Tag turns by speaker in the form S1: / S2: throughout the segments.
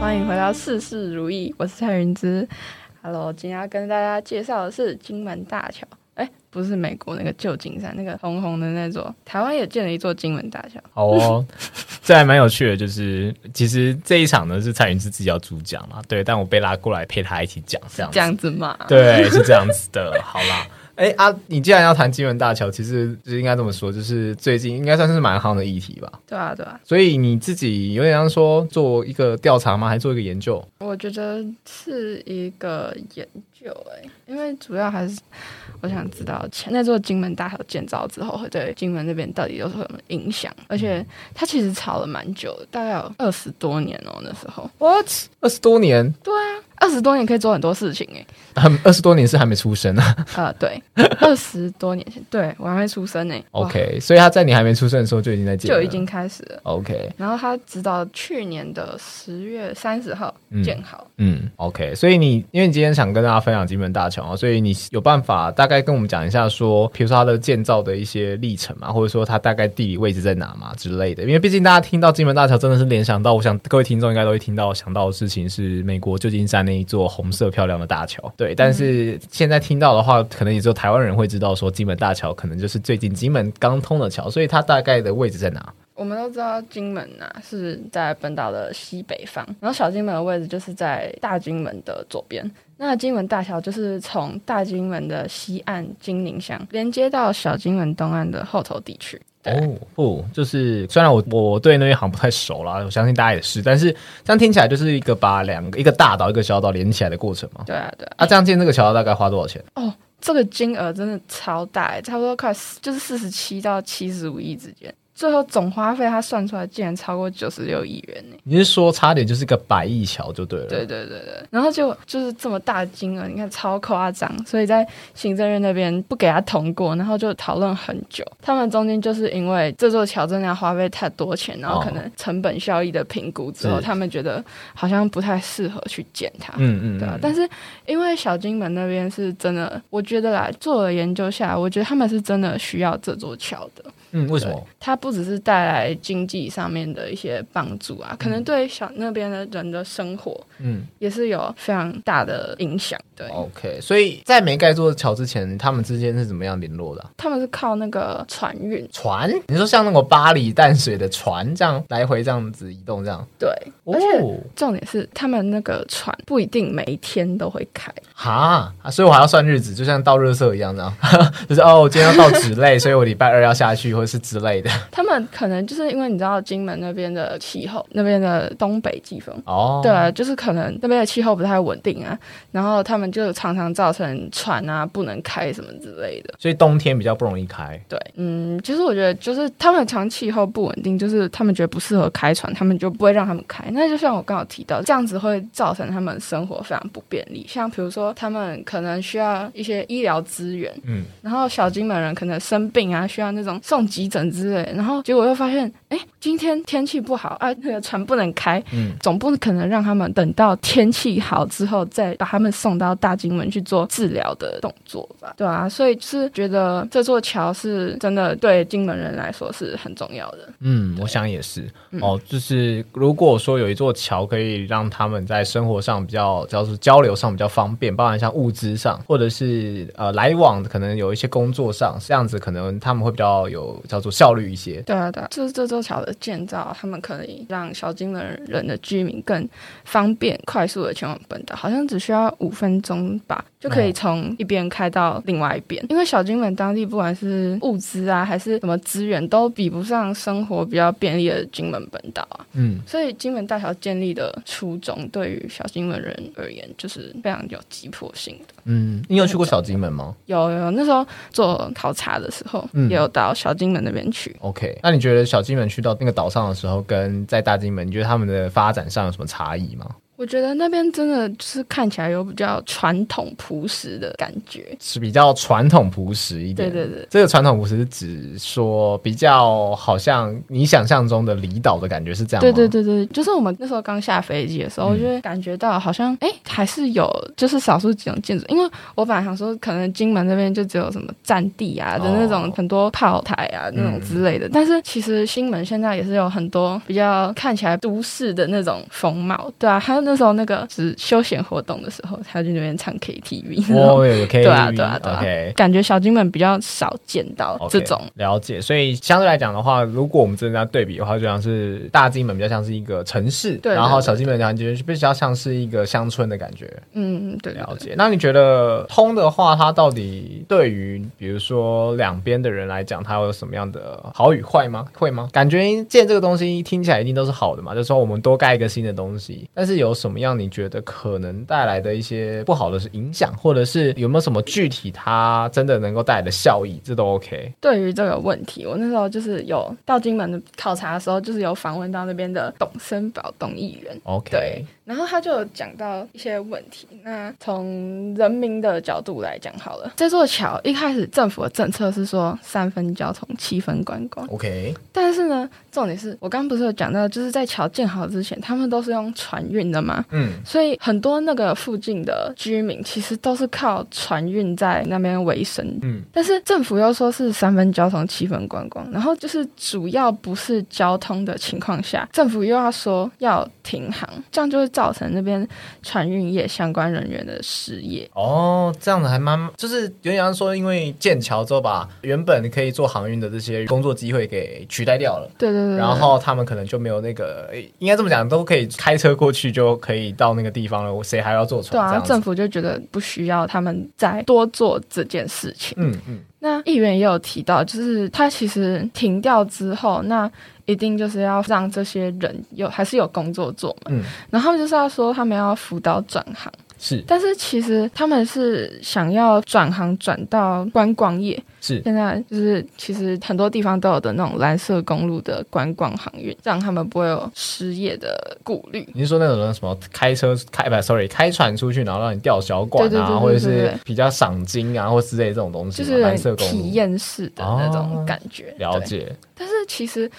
S1: 欢迎回到事事如意，我是蔡云之。Hello，今天要跟大家介绍的是金门大桥。哎，不是美国那个旧金山那个红红的那座，台湾也建了一座金门大桥。
S2: 好哦， 这还蛮有趣的，就是其实这一场呢是蔡云之自己要主讲嘛，对，但我被拉过来陪他一起讲，这样子
S1: 这样子嘛？
S2: 对，是这样子的。好 啦，哎、啊，你既然要谈金门大桥，其实就是应该这么说，就是最近应该算是蛮夯的议题吧。
S1: 对啊，对啊。
S2: 所以你自己有点像说做一个调查吗？还是做一个研究？
S1: 我觉得是一个研究哎、因为主要还是我想知道前那座金门大桥建造之后会对金门那边到底有什么影响，而且它其实吵了蛮久的，大概有二十多年哦、那时候
S2: What？二十多年，
S1: 二十多年可以做很多事情哎、
S2: 很二十多年是还没出生啊。
S1: 呃，对， 二十多年前，对我还没出生呢、哇
S2: OK，所以他在你还没出生的时候就已经在建了，
S1: 就已经开始了。
S2: OK。
S1: 然后他直到去年的十月三十号
S2: 嗯
S1: 建好，
S2: 嗯，OK，所以你因为你今天想跟大家分享金门大桥嘛，所以你有办法大概跟我们讲一下说，比如说它的建造的一些历程嘛，或者说它大概地理位置在哪嘛之类的。因为毕竟大家听到金门大桥，真的是联想到，我想各位听众应该都会听到想到的事情是美国旧金山那一座红色漂亮的大桥。对，但是现在听到的话，可能也只有台湾人会知道说金门大桥可能就是最近金门刚通的桥，所以它大概的位置在哪？
S1: 我们都知道金门呐、是在本岛的西北方，然后小金门的位置就是在大金门的左边。那金门大桥就是从大金门的西岸金陵乡连接到小金门东岸的后头地区。对
S2: 哦，不，就是虽然我我对那边好像不太熟啦， 我相信大家也是，但是这样听起来就是一个把两个一个大岛一个小岛连起来的过程嘛。
S1: 对啊，对啊。
S2: 啊，这样建这个桥大概花多少钱？
S1: 哦，这个金额真的超大欸，差不多快四就是四十七到七十五亿之间。最后总花费，它算出来竟然超过九十六亿元呢！
S2: 你是说差点就是个百亿桥就对了？啊
S1: 对对对对，然后就就是这么大的金额，你看超夸张，所以在行政院那边不给他通过，然后就讨论很久。他们中间就是因为这座桥真的要花费太多钱，然后可能成本效益的评估之后，
S2: 是
S1: 他们觉得好像不太适合去建它。
S2: 嗯，嗯嗯，
S1: 对啊，但是因为小金门那边是真的，我觉得啦，做了研究下来，我觉得他们是真的需要这座桥的。
S2: 嗯，为什
S1: 对
S2: 么？
S1: 它不只是带来经济上面的一些帮助啊，可能对小那边的人的生活
S2: 嗯
S1: 也是有非常大的影响。对，
S2: ，OK，所以在没盖座桥之前，他们之间是怎么样联络的啊、
S1: 他们是靠那个船运，
S2: 船？你说像那种巴黎淡水的船这样来回这样子移动这样？
S1: 对，
S2: 哦
S1: 而且重点是他们那个船不一定每一天都会开，
S2: 哈、啊，所以我还要算日子，就像倒热色一样，这样， 就是哦，我今天要到纸类，所以我礼拜二要下去，或者是之类的。
S1: 他们可能就是因为你知道金门那边的气候，那边的东北季风。
S2: 哦，
S1: 对啊，就是可能那边的气候不太稳定啊，然后他们就常常造成船啊不能开什么之类的。
S2: 所以冬天比较不容易开。
S1: 对，嗯，其实我觉得就是他们常气候不稳定，就是他们觉得不适合开船，他们就不会让他们开。那就像我刚好提到，这样子会造成他们生活非常不便利。像比如说，他们可能需要一些医疗资源，
S2: 嗯，
S1: 然后小金门人可能生病啊，需要那种送急诊之类，然后结果又发现，哎，今天天气不好啊，那个船不能开，
S2: 嗯
S1: 总不可能让他们等到天气好之后再把他们送到大金门去做治疗的动作吧？对啊，所以就是觉得这座桥是真的对金门人来说是很重要的。
S2: 嗯，我想也是。哦，就是如果说有一座桥可以让他们在生活上比较，主要是交流上比较方便，包含像物资上，或者是呃来往，可能有一些工作上，这样子可能他们会比较有叫做效率一些。
S1: 对啊，对啊，就是这座桥的建造，他们可以让小金门人的居民更方便、快速的前往本岛，好像只需要五分钟吧，就可以从一边开到另外一边。因为小金门当地不管是物资啊，还是什么资源，都比不上生活比较便利的金门本岛啊。
S2: 嗯，
S1: 所以金门大桥建立的初衷，对于小金门人而言，就是非常有急迫性的。
S2: 嗯，你有去过小金门吗
S1: 有有，那时候做考察的时候，
S2: 嗯
S1: 也有到小金门那边去。
S2: ？OK，那你觉得小金门去到那个岛上的时候，跟在大金门，你觉得他们的发展上有什么差异吗？
S1: 我我觉得那边真的就是看起来有比较传统朴实的感觉。
S2: 是比较传统朴实一
S1: 对
S2: 点。
S1: 对对，
S2: 这个传统朴实是指说比较好像你想象中的离岛的感觉是这样吗？
S1: 对对对对，就是我们那时候刚下飞机的时候，
S2: 嗯
S1: 就会感觉到好像哎、诶还是有就是少数几种建筑，因为我本来想说可能金门那边就只有什么战地啊的
S2: 哦嗯
S1: 那种很多炮台啊那种之类的，但是其实新门现在也是有很多比较看起来都市的那种风貌，对啊，还有那时候那个是休闲活动的时候，他就那边唱 KTV，然后
S2: 哦，有有 K
S1: 对啊对啊对
S2: o k
S1: 啊，感觉小金门比较少见到
S2: OK，
S1: 这种。
S2: 了解，所以相对来讲的话，如果我们真的要对比的话，就像是大金门比较像是一个城市，
S1: 对
S2: 然后
S1: 对对
S2: 小金门感觉比较像是一个乡村的感觉。
S1: 嗯，对，对
S2: 了
S1: 对
S2: 解。那你觉得通的话，它到底对于比如说两边的人来讲，它有什么样的好与坏吗？会吗？感觉建这个东西听起来一定都是好的嘛，就是说我们多盖一个新的东西。但是有什么样你觉得可能带来的一些不好的是影响，或者是有没有什么具体它真的能够带来的效益，这都 OK。
S1: 对于这个问题，我那时候就是有到金门的考察的时候，就是有访问到那边的董森宝董议员，
S2: OK，
S1: 对，然后他就有讲到一些问题。那从人民的角度来讲好了，这座桥一开始政府的政策是说三分交通，七分观光，
S2: o k
S1: 但是呢，重点是我刚不是有讲到，就是在桥建好之前，他们都是用船运的嘛，
S2: 嗯，
S1: 所以很多那个附近的居民其实都是靠船运在那边为生。
S2: 嗯
S1: 嗯，但是政府又说是三分交通，七分观光，然后就是主要不是交通的情况下，政府又要说要停航，这样就会造成那边船运业相关人员的失业。
S2: 哦，这样子还蛮，就是有点像说，因为建桥之后，把原本可以做航运的这些工作机会给取代掉了。
S1: 对对对对，
S2: 然后他们可能就没有那个，诶应该这么讲，都可以开车过去就可以到那个地方了，谁还要坐船？
S1: 对啊，
S2: 这样
S1: 政
S2: 子。
S1: 府就觉得不需要他们再多做这件事情。
S2: 嗯嗯，
S1: 那议员也有提到，就是他其实停掉之后，那一定就是要让这些人有还是有工作做嘛。
S2: 嗯
S1: 然后就是要说他们要辅导转行，
S2: 是
S1: 但是其实他们是想要转行转到观光业。
S2: 是，
S1: 现在就是其实很多地方都有的那种蓝色公路的观光航运，让他们不会有失业的顾虑。
S2: 你是说那种什么开车开不，sorry，开船出去，然后让你吊小管啊，
S1: 对对对对对
S2: 或者是
S1: 对
S2: 比较赏金啊，或之类这种东西
S1: 就
S2: 嘛，蓝色
S1: 是
S2: 公
S1: 体
S2: 路。哦
S1: 验式的那种感觉，
S2: 了
S1: 对
S2: 解，
S1: 但是其实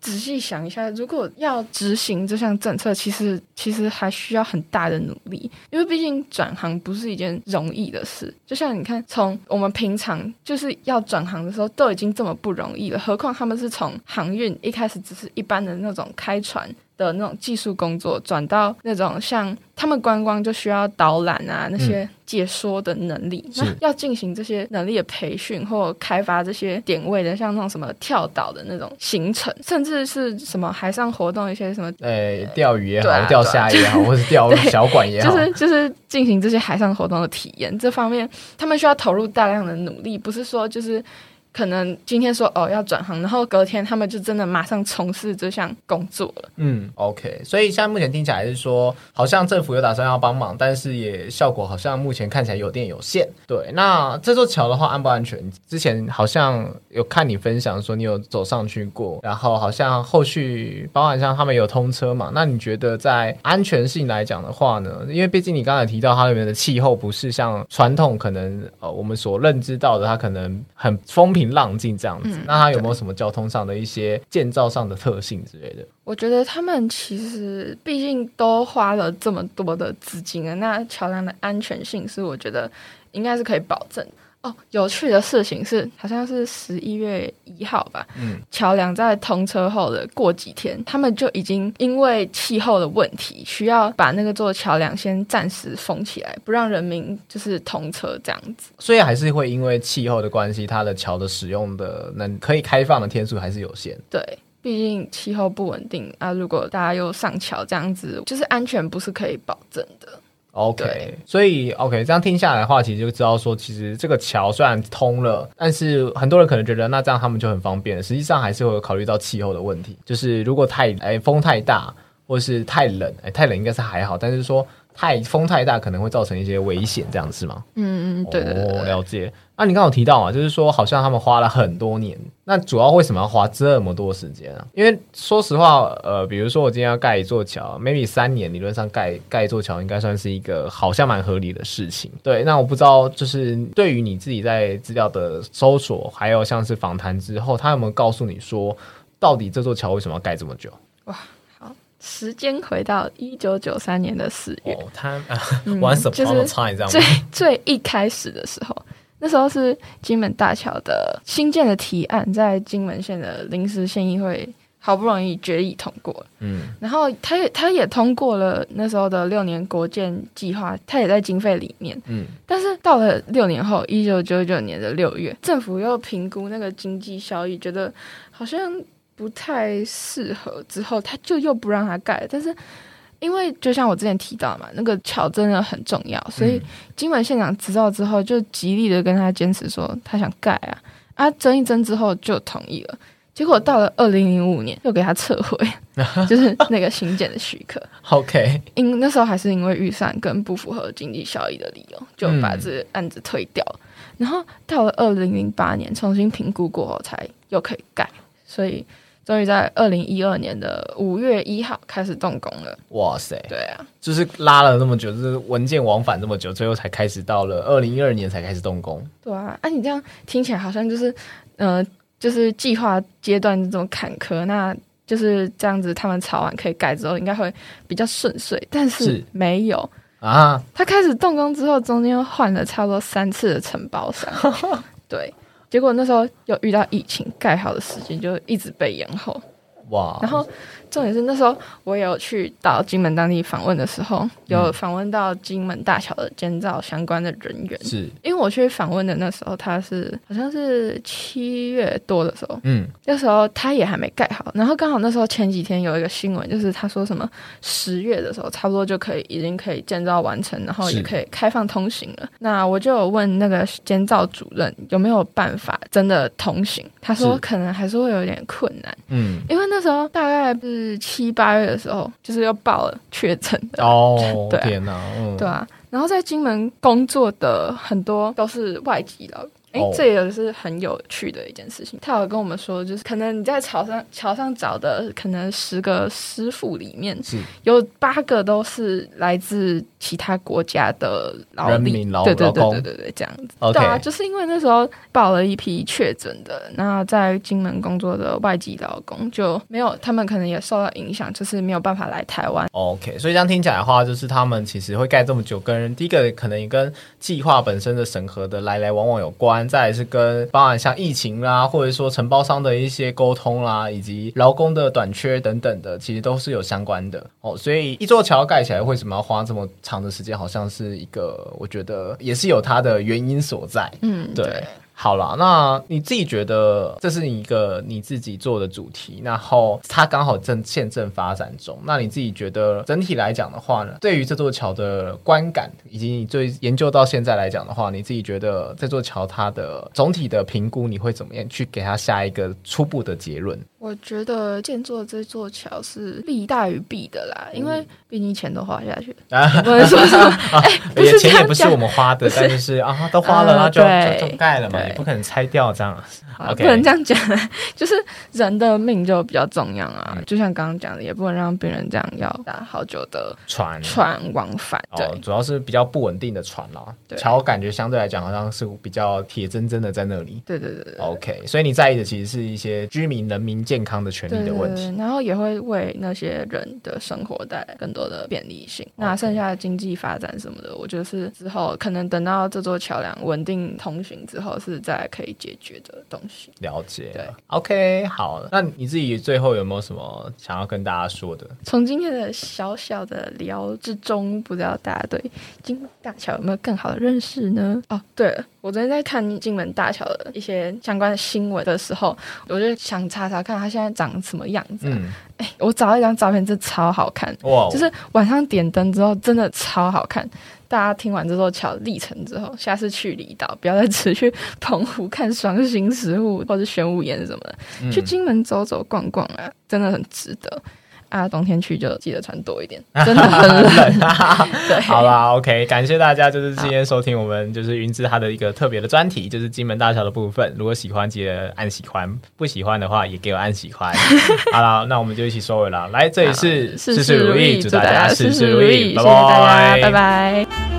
S1: 仔细想一下，如果要执行这项政策，其实其实还需要很大的努力，因为毕竟转行不是一件容易的事。就像你看，从我们平常就是要转行的时候都已经这么不容易了，何况他们是从航运一开始只是一般的那种开船。的那种技术工作，转到那种像他们观光就需要导览啊那些解说的能力，
S2: 是
S1: 那要进行这些能力的培训或开发这些点位的，像那种什么跳岛的那种行程，甚至是什么海上活动一些什么。
S2: 呃，钓鱼也
S1: 对
S2: 好，
S1: 啊
S2: 钓虾也好，或是 钓小管也
S1: 就
S2: 好，
S1: 是就是进行这些海上活动的体验，这方面他们需要投入大量的努力，不是说就是可能今天说哦要转行，然后隔天他们就真的马上从事这项工作了。
S2: 嗯，OK，所以现在目前听起来是说，好像政府有打算要帮忙，但是也效果好像目前看起来有点有限。对，那这座桥的话安不安全？之前好像有看你分享说你有走上去过，然后好像后续包含像他们有通车嘛，那你觉得在安全性来讲的话呢？因为毕竟你刚才提到它那边的气候不是像传统可能呃我们所认知到的，它可能很风平浪静这样子。
S1: 嗯
S2: 那它有没有什么交通上的一些建造上的特性之类的？
S1: 我觉得他们其实毕竟都花了这么多的资金了，那桥梁的安全性是我觉得应该是可以保证。哦，有趣的事情是，好像是十一月一号吧，
S2: 嗯，
S1: 桥梁在通车后的过几天，他们就已经因为气候的问题，需要把那个座桥梁先暂时封起来，不让人民就是通车这样子。
S2: 所以还是会因为气候的关系，它的桥的使用的能可以开放的天数还是有限。
S1: 对，毕竟气候不稳定啊，如果大家又上桥这样子，就是安全不是可以保证的。
S2: OK，
S1: 对
S2: 所以 OK，这样听下来的话，其实就知道说，其实这个桥虽然通了，但是很多人可能觉得那这样他们就很方便了，实际上还是会有考虑到气候的问题，就是如果太哎风太大，或是太冷，哎太冷应该是还好，但是说。太风太大可能会造成一些危险，这样是吗？
S1: 嗯嗯，对对对
S2: 哦，了解。那、你刚刚有提到啊，就是说好像他们花了很多年，那主要为什么要花这么多时间啊？因为说实话，呃，比如说我今天要盖一座桥，maybe 三年，理论上盖盖一座桥应该算是一个好像蛮合理的事情。对，那我不知道，就是对于你自己在资料的搜索，还有像是访谈之后，他有没有告诉你说，到底这座桥为什么要盖这么久？
S1: 时间回到一九九三年的四月，
S3: 哦，他啊
S1: 嗯
S3: ，once upon
S1: 就
S3: a
S1: 是
S3: time 这样
S1: 最
S3: 吗？
S1: 最一开始的时候，那时候是金门大桥的新建的提案，在金门县的临时县议会好不容易决议通过了，
S2: 嗯，
S1: 然后他也他也通过了那时候的六年国建计划，他也在经费里面，
S2: 嗯，
S1: 但是到了六年后，一九九九年的六月，政府又评估那个经济效益，觉得好像不太适合，之后他就又不让他盖，但是。因为就像我之前提到嘛，那个桥真的很重要，所以金门县长知道之后，就极力的跟他坚持说他想盖啊，啊争一争之后就同意了，结果到了二零零五年又给他撤回，就是那个新建的许可，
S2: OK，
S1: 因那时候还是因为预算跟不符合经济效益的理由，就把这个案子推掉了。然后到了二零零八年重新评估过后，才又可以盖，所以终于在二零一二年的五月一号开始动工了。
S2: 哇塞，
S1: 对啊，
S2: 就是拉了那么久，就是文件往返这么久，最后才开始到了二零一二年才开始动工。
S1: 对啊，啊，你这样听起来好像就是，呃，就是计划阶段这种坎坷，那就是这样子，他们吵完可以盖之后，应该会比较顺遂，但是
S2: 是
S1: 没有，
S2: 啊，
S1: 他开始动工之后，中间又换了差不多三次的承包商，对。结果那时候又遇到疫情，盖好的时间就一直被延后。
S2: 哇！
S1: 然后重点是那时候我也有去到金门当地访问的时候，有访问到金门大桥的建造相关的人员。
S2: 是，
S1: 因为我去访问的那时候，他是好像是七月多的时候，
S2: 嗯，
S1: 那时候他也还没盖好，然后刚好那时候前几天有一个新闻，就是他说什么十月的时候差不多就可以已经可以建造完成，然后
S2: 是
S1: 也可以开放通行了。那我就有问那个监造主任有没有办法真的通行，他说
S2: 是
S1: 可能还是会有点困难，
S2: 嗯，
S1: 因为那时候大概是七八月的时候，就是又爆了确诊的，
S2: 哦，
S1: 对啊
S2: 天哪，嗯，
S1: 对啊。然后在金门工作的很多都是外籍劳工，哎、
S2: 哦
S1: 这也是很有趣的一件事情。他有跟我们说，就是可能你在桥上桥上找的可能十个师傅里面，
S2: 是
S1: 有八个都是来自其他国家的劳
S2: 人
S1: 力
S2: 民劳
S1: 对对
S2: 劳
S1: 对
S2: 工
S1: 对对对，这样子。
S2: OK，
S1: 对啊，就是因为那时候报了一批确诊的，那在金门工作的外籍劳工就没有，他们可能也受到影响，就是没有办法来台湾
S2: OK，所以这样听起来的话，就是他们其实会盖这么久，跟第一个可能也跟计划本身的审核的来来往往有关，再来是跟包含像疫情啦，或者说承包商的一些沟通啦，以及劳工的短缺等等的，其实都是有相关的哦。所以一座桥盖起来为什么要花这么长的时间，好像是一个我觉得也是有它的原因所在。
S1: 嗯，
S2: 对。好啦，那你自己觉得这是一个你自己做的主题，然后它刚好正现正发展中，那你自己觉得整体来讲的话呢，对于这座桥的观感，以及你最研究到现在来讲的话，你自己觉得这座桥它的总体的评估，你会怎么样去给它下一个初步的 结论？
S1: 我觉得建作这座桥是利大于弊的啦，因
S2: 嗯
S1: 为毕竟钱都花下去了，不能说什 么，哎、不
S2: 啊也
S1: 是这
S2: 钱也
S1: 样
S2: 不是
S1: 讲
S2: 我们花
S1: 不
S2: 的，
S1: 是
S2: 但就是啊，都花了，那
S1: 呃
S2: 就
S1: 对
S2: 就就盖了嘛，
S1: 对
S2: 也
S3: 你
S2: 不
S3: 不可能拆掉这样。
S1: 啊
S2: OK
S1: 不能这样讲，就是人的命就比较重要啊，
S2: 嗯
S1: 就像刚刚讲的，也不能让病人这样要打好久的
S3: 船
S1: 船往返，对，
S2: 嗯哦，主要是比较不稳定的船啦。
S1: 对
S2: 桥感觉相对来讲好像是比较铁铮铮的在那里。
S1: 对对对对。
S2: OK，所以你在意的其实是一些居民人民健康的权
S1: 对
S2: 利的
S1: 对
S2: 问
S1: 对，
S2: 题。
S1: 对然后也会为那些人的生活带来更多的便利性。
S2: 哦
S1: 那剩下的经济发展什么的，我觉得是之后可能等到这座桥梁稳定通行之后，是再可以解决的东西。
S2: 了解。
S1: 对
S2: ，OK，好。那你自己最后有没有什么想要跟大家说的？
S1: 从今天的小小的聊之中，不知道大家对金门大桥有没有更好的认识呢？哦，对了，我昨天在看金门大桥的一些相关的新闻的时候，我就想查查看它现在长什么样子啊、
S2: 嗯，哦
S1: 我找到一张照片，真的超好看，
S2: 哇，
S1: 就是晚上点灯之后，真的超好看。大家听完这座桥历程之后，下次去离岛，不要再只去 澎湖看双星嗯食物或者玄武岩什么的，去金门走走逛逛啊，真的很值得。啊，冬天去就记得穿多一 点，真的很 冷。对，
S2: 好啦，OK，感谢大家，就是今天收听我们就是云芝他的一个特别的专题，就是金门大桥的部分。如果喜欢，记得按喜欢；不喜欢的话，也给我按 喜欢。好啦，那我们就一起收尾啦。来，这里是
S1: 事事如意，
S2: 祝大家
S1: 事
S2: 事
S1: 事
S2: 事
S1: 如
S2: 如
S1: 意，
S2: 意，
S1: 谢谢大家，拜
S2: 拜。
S1: 拜。